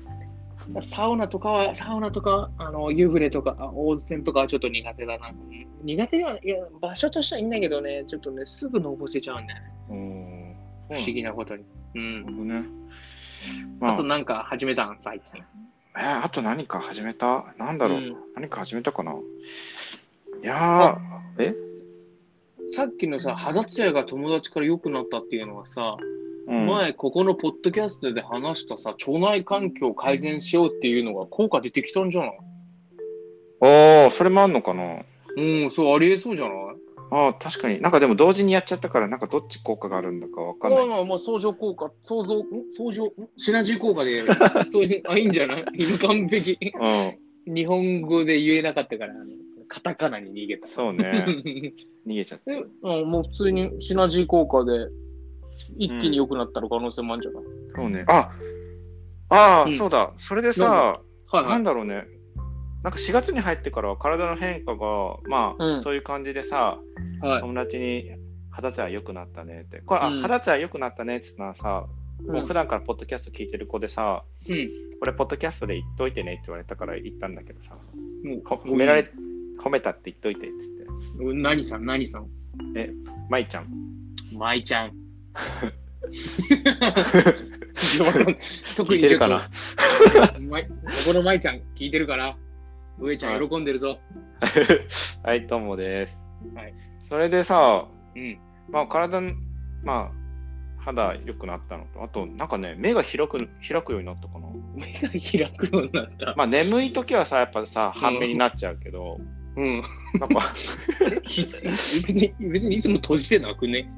[SPEAKER 2] サウナとかは、サウナとか、あの、湯船とか、あ温泉とかはちょっと苦手だな。苦手では、いや、場所としてはいいんだけどね、ちょっとね、すぐのぼせちゃうんだよね。
[SPEAKER 1] おー
[SPEAKER 2] 不思議なことに。う
[SPEAKER 1] なる。
[SPEAKER 2] ん
[SPEAKER 1] ほどね。ま
[SPEAKER 2] あ
[SPEAKER 1] あ
[SPEAKER 2] と、なんか始めたん最近。
[SPEAKER 1] えーあと何か始めたなんだろう、
[SPEAKER 2] うん
[SPEAKER 1] 何か始めたかないやー、え
[SPEAKER 2] さっきのさ、肌ツヤが友達から良くなったっていうのはさ、
[SPEAKER 1] うん、
[SPEAKER 2] 前ここのポッドキャストで話したさ、腸内環境を改善しようっていうのが効果出てきたんじゃない
[SPEAKER 1] おー、それもあんのかな
[SPEAKER 2] うん、そう、ありえそうじゃない
[SPEAKER 1] ああ、確かに。なんかでも同時にやっちゃったから、なんかどっち効果があるんだかわかんな
[SPEAKER 2] まあ
[SPEAKER 1] い。
[SPEAKER 2] まあまあ、相乗効果、相乗、ん相乗、んシナジー効果で、 そういう、あ、いいんじゃない今完璧。
[SPEAKER 1] う
[SPEAKER 2] 日本語で言えなかったから、あのカタカナに逃げた
[SPEAKER 1] ん、。そう ね。逃げちゃった。
[SPEAKER 2] え、うん、もう普通にシナジー効果で一気に良くなったら可能性もあるんじゃない、
[SPEAKER 1] そうね。あああ、
[SPEAKER 2] うん
[SPEAKER 1] そうだ。それでさ、
[SPEAKER 2] はい
[SPEAKER 1] な
[SPEAKER 2] はい
[SPEAKER 1] ん。だろうね。なんか4月に入ってからは体の変化が、まあ、
[SPEAKER 2] うん
[SPEAKER 1] そういう感じでさ、
[SPEAKER 2] はい
[SPEAKER 1] 友達に肌ツヤ良くなったねって。これ、あ
[SPEAKER 2] うん
[SPEAKER 1] 肌ツヤ良くなったねって言ったのはさ、もう普段からポッドキャスト聞いてる子でさ、
[SPEAKER 2] うん。
[SPEAKER 1] これポッドキャストで言っといてねって言われたから言ったんだけどさ、
[SPEAKER 2] も
[SPEAKER 1] ほ褒められ、褒めたって言っといてっつって。
[SPEAKER 2] う、何さん、何さん。
[SPEAKER 1] まいちゃん。
[SPEAKER 2] まいち ゃん。特
[SPEAKER 1] 聞い
[SPEAKER 2] に
[SPEAKER 1] てる
[SPEAKER 2] ちょっ
[SPEAKER 1] か
[SPEAKER 2] と、
[SPEAKER 1] な
[SPEAKER 2] まいここのまいちゃん、聞いてるから、上ちゃん喜んでるぞ。
[SPEAKER 1] はい、どうもです。
[SPEAKER 2] はい
[SPEAKER 1] それでさ、
[SPEAKER 2] うん。
[SPEAKER 1] まあ、体の、まあ、肌良くなったのと、あと、なんかね、目が開く開くようになったかな。
[SPEAKER 2] 目が開くようになった。
[SPEAKER 1] まあ、眠い時はさ、やっぱさ、半目になっちゃうけど、
[SPEAKER 2] うん。
[SPEAKER 1] なん か、
[SPEAKER 2] 別に、別にいつも閉じてなくね。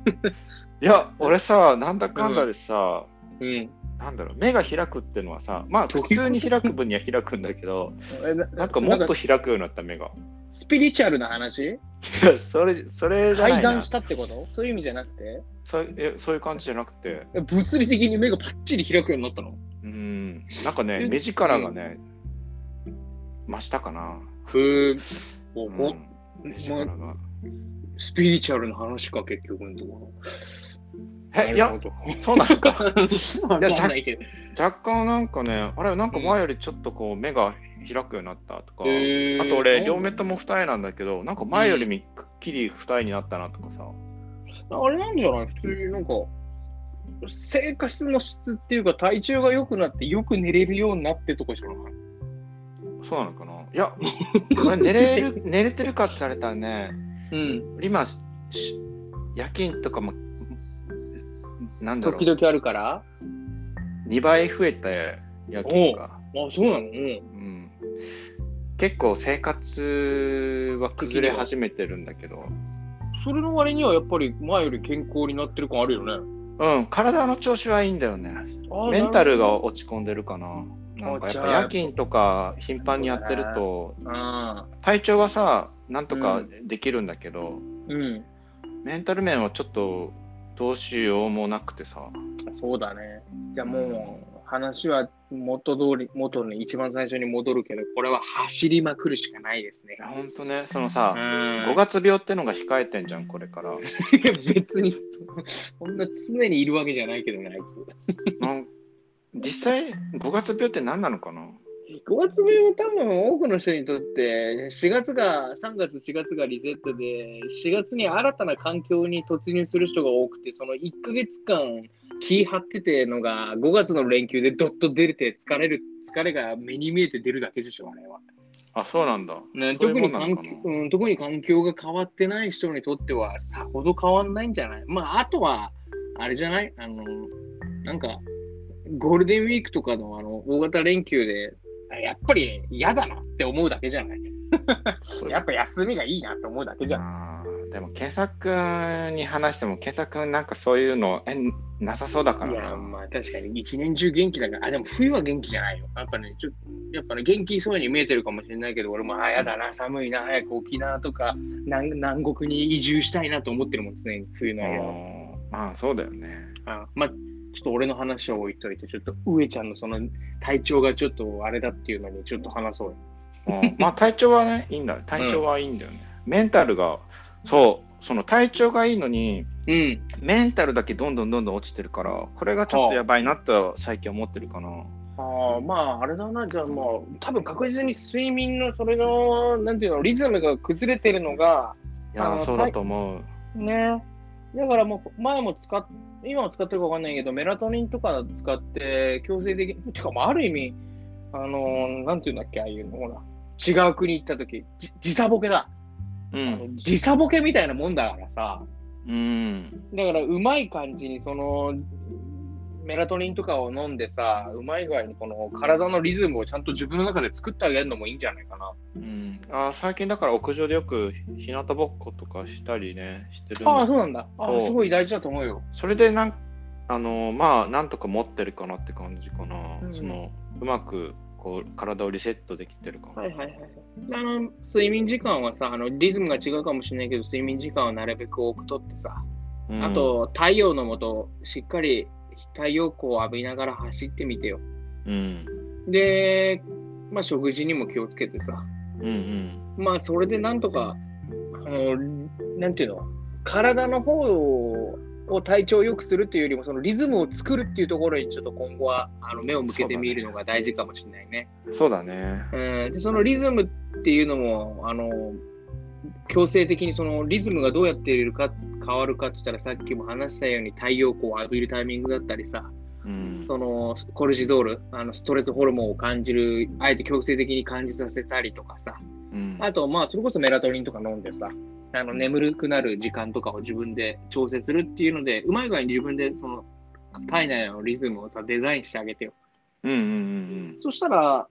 [SPEAKER 1] いや、俺さ、なんだかんだでさ、
[SPEAKER 2] うん。
[SPEAKER 1] なんだろう、目が開くってのはさ、まあ、
[SPEAKER 2] どういう
[SPEAKER 1] 普
[SPEAKER 2] こと
[SPEAKER 1] 通に開く分には開くんだけ ど、
[SPEAKER 2] な
[SPEAKER 1] なんかもっと開くようになった目が。
[SPEAKER 2] スピリチュアルな話
[SPEAKER 1] いやそれ、それじゃな
[SPEAKER 2] 対
[SPEAKER 1] いな
[SPEAKER 2] 談したってことそういう意味じゃなくて
[SPEAKER 1] そうえそういう感じじゃなくて、
[SPEAKER 2] え物理的に目がパッチリ開くようになったの
[SPEAKER 1] うん、なんかね、
[SPEAKER 2] え
[SPEAKER 1] 目力がね、増したかな。
[SPEAKER 2] ふーお
[SPEAKER 1] うん
[SPEAKER 2] お
[SPEAKER 1] 目力が。
[SPEAKER 2] スピリチュアルな話か結局のところ
[SPEAKER 1] え、いや、
[SPEAKER 2] い
[SPEAKER 1] そうなのか。
[SPEAKER 2] やじゃないけど
[SPEAKER 1] 若干なんかね、あれ、なんか前よりちょっとこう、目が開くようになったとか、
[SPEAKER 2] へー
[SPEAKER 1] あと俺、両目とも二重なんだけど、なんか前よりみっきり二重になったなとかさ、
[SPEAKER 2] あれなんじゃない普通になんか生活の質っていうか体重が良くなってよく寝れるようになってとかじゃない
[SPEAKER 1] そうなのかな。い や、俺、寝れる、寝れてるかって言われたらね、
[SPEAKER 2] うん
[SPEAKER 1] 今、し夜勤とかも、なんだろ
[SPEAKER 2] 時
[SPEAKER 1] う、
[SPEAKER 2] 々あるから
[SPEAKER 1] 2倍増えて、夜勤が。
[SPEAKER 2] あそうなのうん
[SPEAKER 1] うん結構生活は崩れ始めてるんだけど、
[SPEAKER 2] それの割にはやっぱり前より健康になってる感あるよね
[SPEAKER 1] うん、体の調子はいいんだよね。メンタルが落ち込んでるかな。なんかやっぱ夜勤とか頻繁にやってると、
[SPEAKER 2] あ
[SPEAKER 1] 体調はさ、なんとかできるんだけど、
[SPEAKER 2] ーうん
[SPEAKER 1] メンタル面はちょっとどうしようもなくてさ。
[SPEAKER 2] そうだね。じゃあもう話は元通り、元に一番最初に戻るけど、これは走りまくるしかないですね
[SPEAKER 1] い。や、ほんとね、そのさ、
[SPEAKER 2] 5
[SPEAKER 1] 5月病ってのが控えてんじゃん、これから。
[SPEAKER 2] 月別に、そんな常にいるわけじゃないけどね、あいつ。
[SPEAKER 1] なん実際、5月病って何なのかな
[SPEAKER 2] 5月病は多分多くの人にとって、4月が、3月、4月がリセットで、4月に新たな環境に突入する人が多くて、その1ヶ月間、気張っててのが、5月の連休でどっと出れて、疲れる、疲れが目に見えて出るだけでしょ、あれは。
[SPEAKER 1] あ、そうなんだ。
[SPEAKER 2] ね、
[SPEAKER 1] そういう
[SPEAKER 2] 特
[SPEAKER 1] もん
[SPEAKER 2] に
[SPEAKER 1] なのか
[SPEAKER 2] 環
[SPEAKER 1] な
[SPEAKER 2] 境、うん、特に環境が変わってない人にとってはさほど変わんないんじゃないまああとはあれじゃないあのなんかゴールデンウィークとかのあの大型連休であやっぱり嫌だなって思うだけじゃない
[SPEAKER 1] そう
[SPEAKER 2] やっぱ休みがいいなって思うだけじゃない
[SPEAKER 1] あーでも検索に話しても検索なんかそういうのえなさそうだか
[SPEAKER 2] い
[SPEAKER 1] ら
[SPEAKER 2] や
[SPEAKER 1] な
[SPEAKER 2] まあ確かに一年中元気だからあでも冬は元気じゃないよやっぱねちょやっぱね元気そうに見えてるかもしれないけど俺もあやだな寒いな早く沖縄とか南南国に移住したいなと思ってるもん常に冬の間は。
[SPEAKER 1] うんまあそうだよね
[SPEAKER 2] あまあ、ちょっと俺の話は置いといて、ちょっと上ちゃんのその体調がちょっとあれだっていうのにちょっと話そうよ。
[SPEAKER 1] うん まあ体調はねいいんだよ体調はいいんだよね、メンタルがそうその体調がいいのに
[SPEAKER 2] うん。
[SPEAKER 1] メンタルだけどんどんどんどん落ちてるからこれがちょっとやばいなと最近思ってるかな
[SPEAKER 2] ああ、まあ、あれだな、じゃあまあ、多分確実に睡眠のそれの、なんていうの、リズムが崩れてるのが、
[SPEAKER 1] い
[SPEAKER 2] あ
[SPEAKER 1] や
[SPEAKER 2] の
[SPEAKER 1] そうだと思う
[SPEAKER 2] ね。だからもう、前も使っ、今も使ってるかわかんないけど、メラトニンとか使って、強制的に、てか、まあ、ある意味、あのーなんていうんだっけ、ああいうの、ほら、違う国行った時、じ時差ボケだ。
[SPEAKER 1] う
[SPEAKER 2] あの
[SPEAKER 1] ん。
[SPEAKER 2] 時差ボケみたいなもんだからさ、
[SPEAKER 1] うん。
[SPEAKER 2] だからうまい感じに、その、メラトニンとかを飲んでさ、うまい具合にこの体のリズムをちゃんと自分の中で作ってあげるのもいいんじゃないかな。
[SPEAKER 1] うん、あー最近だから屋上でよく日向ぼっことかしたりねしてるん
[SPEAKER 2] ああ、
[SPEAKER 1] だ
[SPEAKER 2] そうなんだ。あ
[SPEAKER 1] そう
[SPEAKER 2] あ、すごい大事だと思うよ。
[SPEAKER 1] それでなんあのまあなんとか持ってるかなって感じかな、
[SPEAKER 2] うん
[SPEAKER 1] そのうまくこう体をリセットできてるかも、
[SPEAKER 2] はいはいはい。あの、睡眠時間はさ、あの、リズムが違うかもしれないけど、睡眠時間をなるべく多くとってさ、
[SPEAKER 1] うん
[SPEAKER 2] あ、と、太陽のもと、しっかり太陽光を浴びながら走ってみてよ。
[SPEAKER 1] うん、
[SPEAKER 2] で、まあ、食事にも気をつけてさ、
[SPEAKER 1] うんうん
[SPEAKER 2] まあ、それでなんとか、あの、なんていうの、体の方を、を体調を良くするっていうよりも、そのリズムを作るっていうところに、ちょっと今後はあの目を向けてみるのが大事かもしれないね。
[SPEAKER 1] そうだね
[SPEAKER 2] うんでそのリズムっていうのもあの強制的にそのリズムがどうやっているか変わるかって言ったらさっきも話したように太陽光を浴びるタイミングだったりさ
[SPEAKER 1] うん
[SPEAKER 2] そのコルチゾールあのストレスホルモンを感じるあえて強制的に感じさせたりとかさ
[SPEAKER 1] うん
[SPEAKER 2] あとまあそれこそメラトニンとか飲んでさあの眠るくなる時間とかを自分で調整するっていうのでうまい具合に自分でその体内のリズムをさデザインしてあげてよ
[SPEAKER 1] うんうんうん
[SPEAKER 2] そしたら、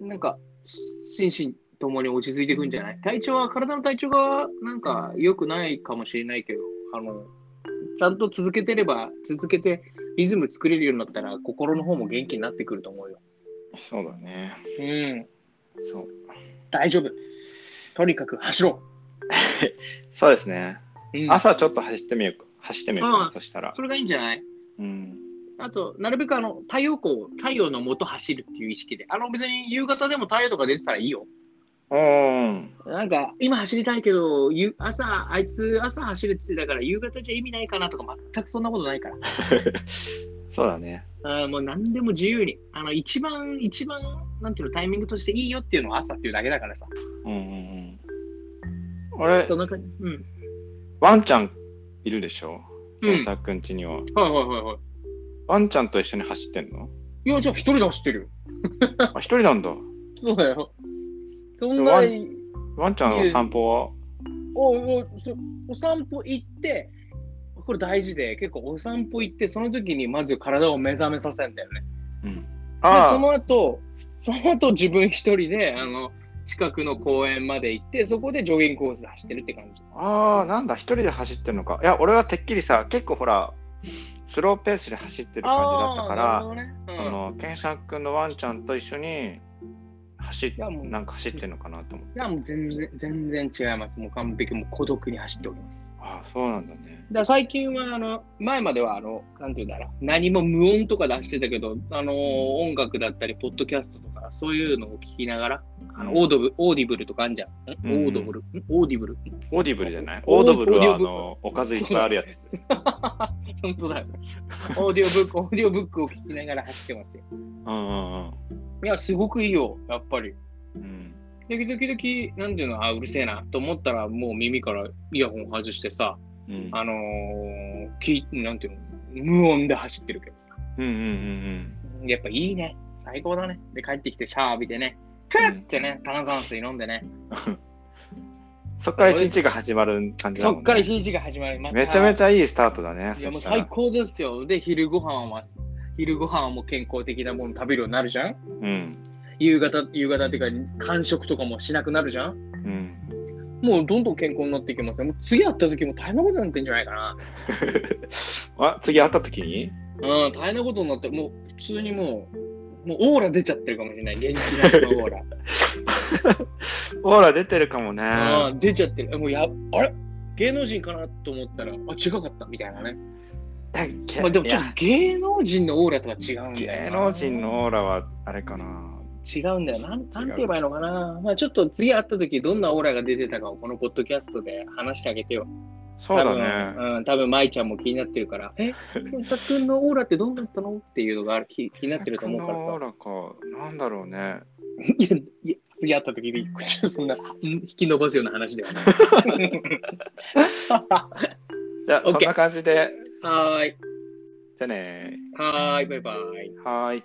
[SPEAKER 2] なんか、心身ともに落ち着いていくんじゃない体調は、体の体調がなんか良くないかもしれないけど、あの、ちゃんと続けてれば、続けてリズム作れるようになったら、心の方も元気になってくると思うよ。
[SPEAKER 1] そうだね
[SPEAKER 2] うん、
[SPEAKER 1] そう
[SPEAKER 2] 大丈夫。とにかく走ろ
[SPEAKER 1] そうですね、
[SPEAKER 2] う。うん、
[SPEAKER 1] 朝ちょっと走ってみようか走ってみようか
[SPEAKER 2] う
[SPEAKER 1] なそしたら
[SPEAKER 2] それがいいんじゃない
[SPEAKER 1] うん
[SPEAKER 2] あと、なるべくあの太陽光、太陽の元走るっていう意識で、あの別に夕方でも太陽とか出てたらいいよ。
[SPEAKER 1] うん
[SPEAKER 2] なんか今走りたいけど、ゆ朝、あいつ朝走るって言ってたから、夕方じゃ意味ないかなとか、全くそんなことないから。
[SPEAKER 1] そうだね
[SPEAKER 2] あーもう何でも自由に。あの、一番、一番、なんていうの、タイミングとしていいよっていうのは朝っていうだけだからさ。
[SPEAKER 1] うんうんうん俺
[SPEAKER 2] そんな感じ。うん。
[SPEAKER 1] ワンちゃんいるでしょ
[SPEAKER 2] うん
[SPEAKER 1] 大沢くん家には、
[SPEAKER 2] はいはいはいはい。
[SPEAKER 1] ワンちゃんと一緒に走ってんの
[SPEAKER 2] いや、じゃあ一人で走ってるよ。
[SPEAKER 1] あ一人なんだ
[SPEAKER 2] そうだよ。そん
[SPEAKER 1] ワ
[SPEAKER 2] な
[SPEAKER 1] ン
[SPEAKER 2] に、
[SPEAKER 1] ワンちゃんの散歩は
[SPEAKER 2] おうおうそお散歩行って、これ大事で、結構お散歩行って、その時にまず体を目覚めさせるんだよね。
[SPEAKER 1] うん。
[SPEAKER 2] で
[SPEAKER 1] あ
[SPEAKER 2] その後その後自分一人であの近くの公園まで行ってそこでジョギングコースで走ってるって感じ
[SPEAKER 1] あー、なんだ、一人で走ってるのか。いや、俺はてっきりさ、結構ほら、スローペースで走ってる感じだったか
[SPEAKER 2] あー
[SPEAKER 1] ら、
[SPEAKER 2] なるほどねうん
[SPEAKER 1] その、ケンシャン君のワンちゃんと一緒に走っ
[SPEAKER 2] いやもう
[SPEAKER 1] なんか走ってるのかなと思って。
[SPEAKER 2] いやもう全然全然違いますもう完璧もう孤独に走っておりますだか
[SPEAKER 1] ああ、そうなんだね。
[SPEAKER 2] ら最近はあの前まではあのなんていうんだろう何も無音とか出してたけどあのー音楽だったりポッドキャストとかそういうのを聞きながらあの、
[SPEAKER 1] うん
[SPEAKER 2] オードブオーディブルとかあんじゃんん
[SPEAKER 1] うん
[SPEAKER 2] オードブル、んオーディブル
[SPEAKER 1] オーディブルじゃない
[SPEAKER 2] オ
[SPEAKER 1] オ
[SPEAKER 2] ー
[SPEAKER 1] ードブルは
[SPEAKER 2] オー
[SPEAKER 1] あ
[SPEAKER 2] ディブル
[SPEAKER 1] の、おかずいっぱいあるやつ。
[SPEAKER 2] 本当だよ。オーディオブック、オーディオブックを聞きながら走ってますよ。
[SPEAKER 1] うんうん
[SPEAKER 2] いや、すごくいいよ、やっぱり。
[SPEAKER 1] うんうん。
[SPEAKER 2] で、時々、なんていうの、あ、うるせえなと思ったら、もう耳からイヤホン外してさ、
[SPEAKER 1] うん
[SPEAKER 2] あのー、きなんていうの、無音で走ってるけど。
[SPEAKER 1] うんうんうん
[SPEAKER 2] やっぱいいね。最高だね。で、帰ってきてシャワー浴びてね、クッってね、炭酸水飲んでね、
[SPEAKER 1] うん。そっから一日が始まる感じだ
[SPEAKER 2] そ
[SPEAKER 1] もん
[SPEAKER 2] っ
[SPEAKER 1] ね。
[SPEAKER 2] から一日が始まる。また
[SPEAKER 1] めちゃめちゃいいスタートだね。
[SPEAKER 2] いや、も
[SPEAKER 1] そうしたら
[SPEAKER 2] 最高ですよ。で、昼ご飯は、昼ご飯はもう健康的なもの食べるようになるじゃん
[SPEAKER 1] うん。
[SPEAKER 2] 夕方、夕方っていうか、間食とかもしなくなるじゃん
[SPEAKER 1] うん。
[SPEAKER 2] もうどんどん健康になっていきますね。もう次会った時も大変なことになってんじゃないかな。
[SPEAKER 1] あ次会った時に
[SPEAKER 2] うん、大変なことになって、もう普通にもう、もうオーラ出ちゃってるかもしれない。元気な人のオ ーラ。
[SPEAKER 1] オーラ出てるかもね。
[SPEAKER 2] あー出ちゃってる。もうや、あれ芸能人かなと思ったら、あ、違かったみたいなね。
[SPEAKER 1] け
[SPEAKER 2] まあでも
[SPEAKER 1] い
[SPEAKER 2] ちょ
[SPEAKER 1] や
[SPEAKER 2] っと芸能人のオーラとは違うんだ
[SPEAKER 1] 芸
[SPEAKER 2] よな。
[SPEAKER 1] 能人のオーラはあれかな。
[SPEAKER 2] 違うんだよ。なんなんて言えばいいのかな。まあちょっと次会った時、どんなオーラが出てたかをこのポッドキャストで話してあげてよ。
[SPEAKER 1] そうだね。
[SPEAKER 2] 多分、うん、多分舞ちゃんも気になってるから、え、さっくんのオーラってどうだったのっていうのがある気気になってると思うか
[SPEAKER 1] オー
[SPEAKER 2] ら
[SPEAKER 1] ラか。なんだろうね。
[SPEAKER 2] さ。いや、いや次会った時に、こっちはそんなうん引き伸ばすような話ではない。
[SPEAKER 1] じゃあ、
[SPEAKER 2] OK
[SPEAKER 1] そんな感じで。
[SPEAKER 2] はーい。
[SPEAKER 1] じゃあね
[SPEAKER 2] はーい、バイバイ。
[SPEAKER 1] はーい。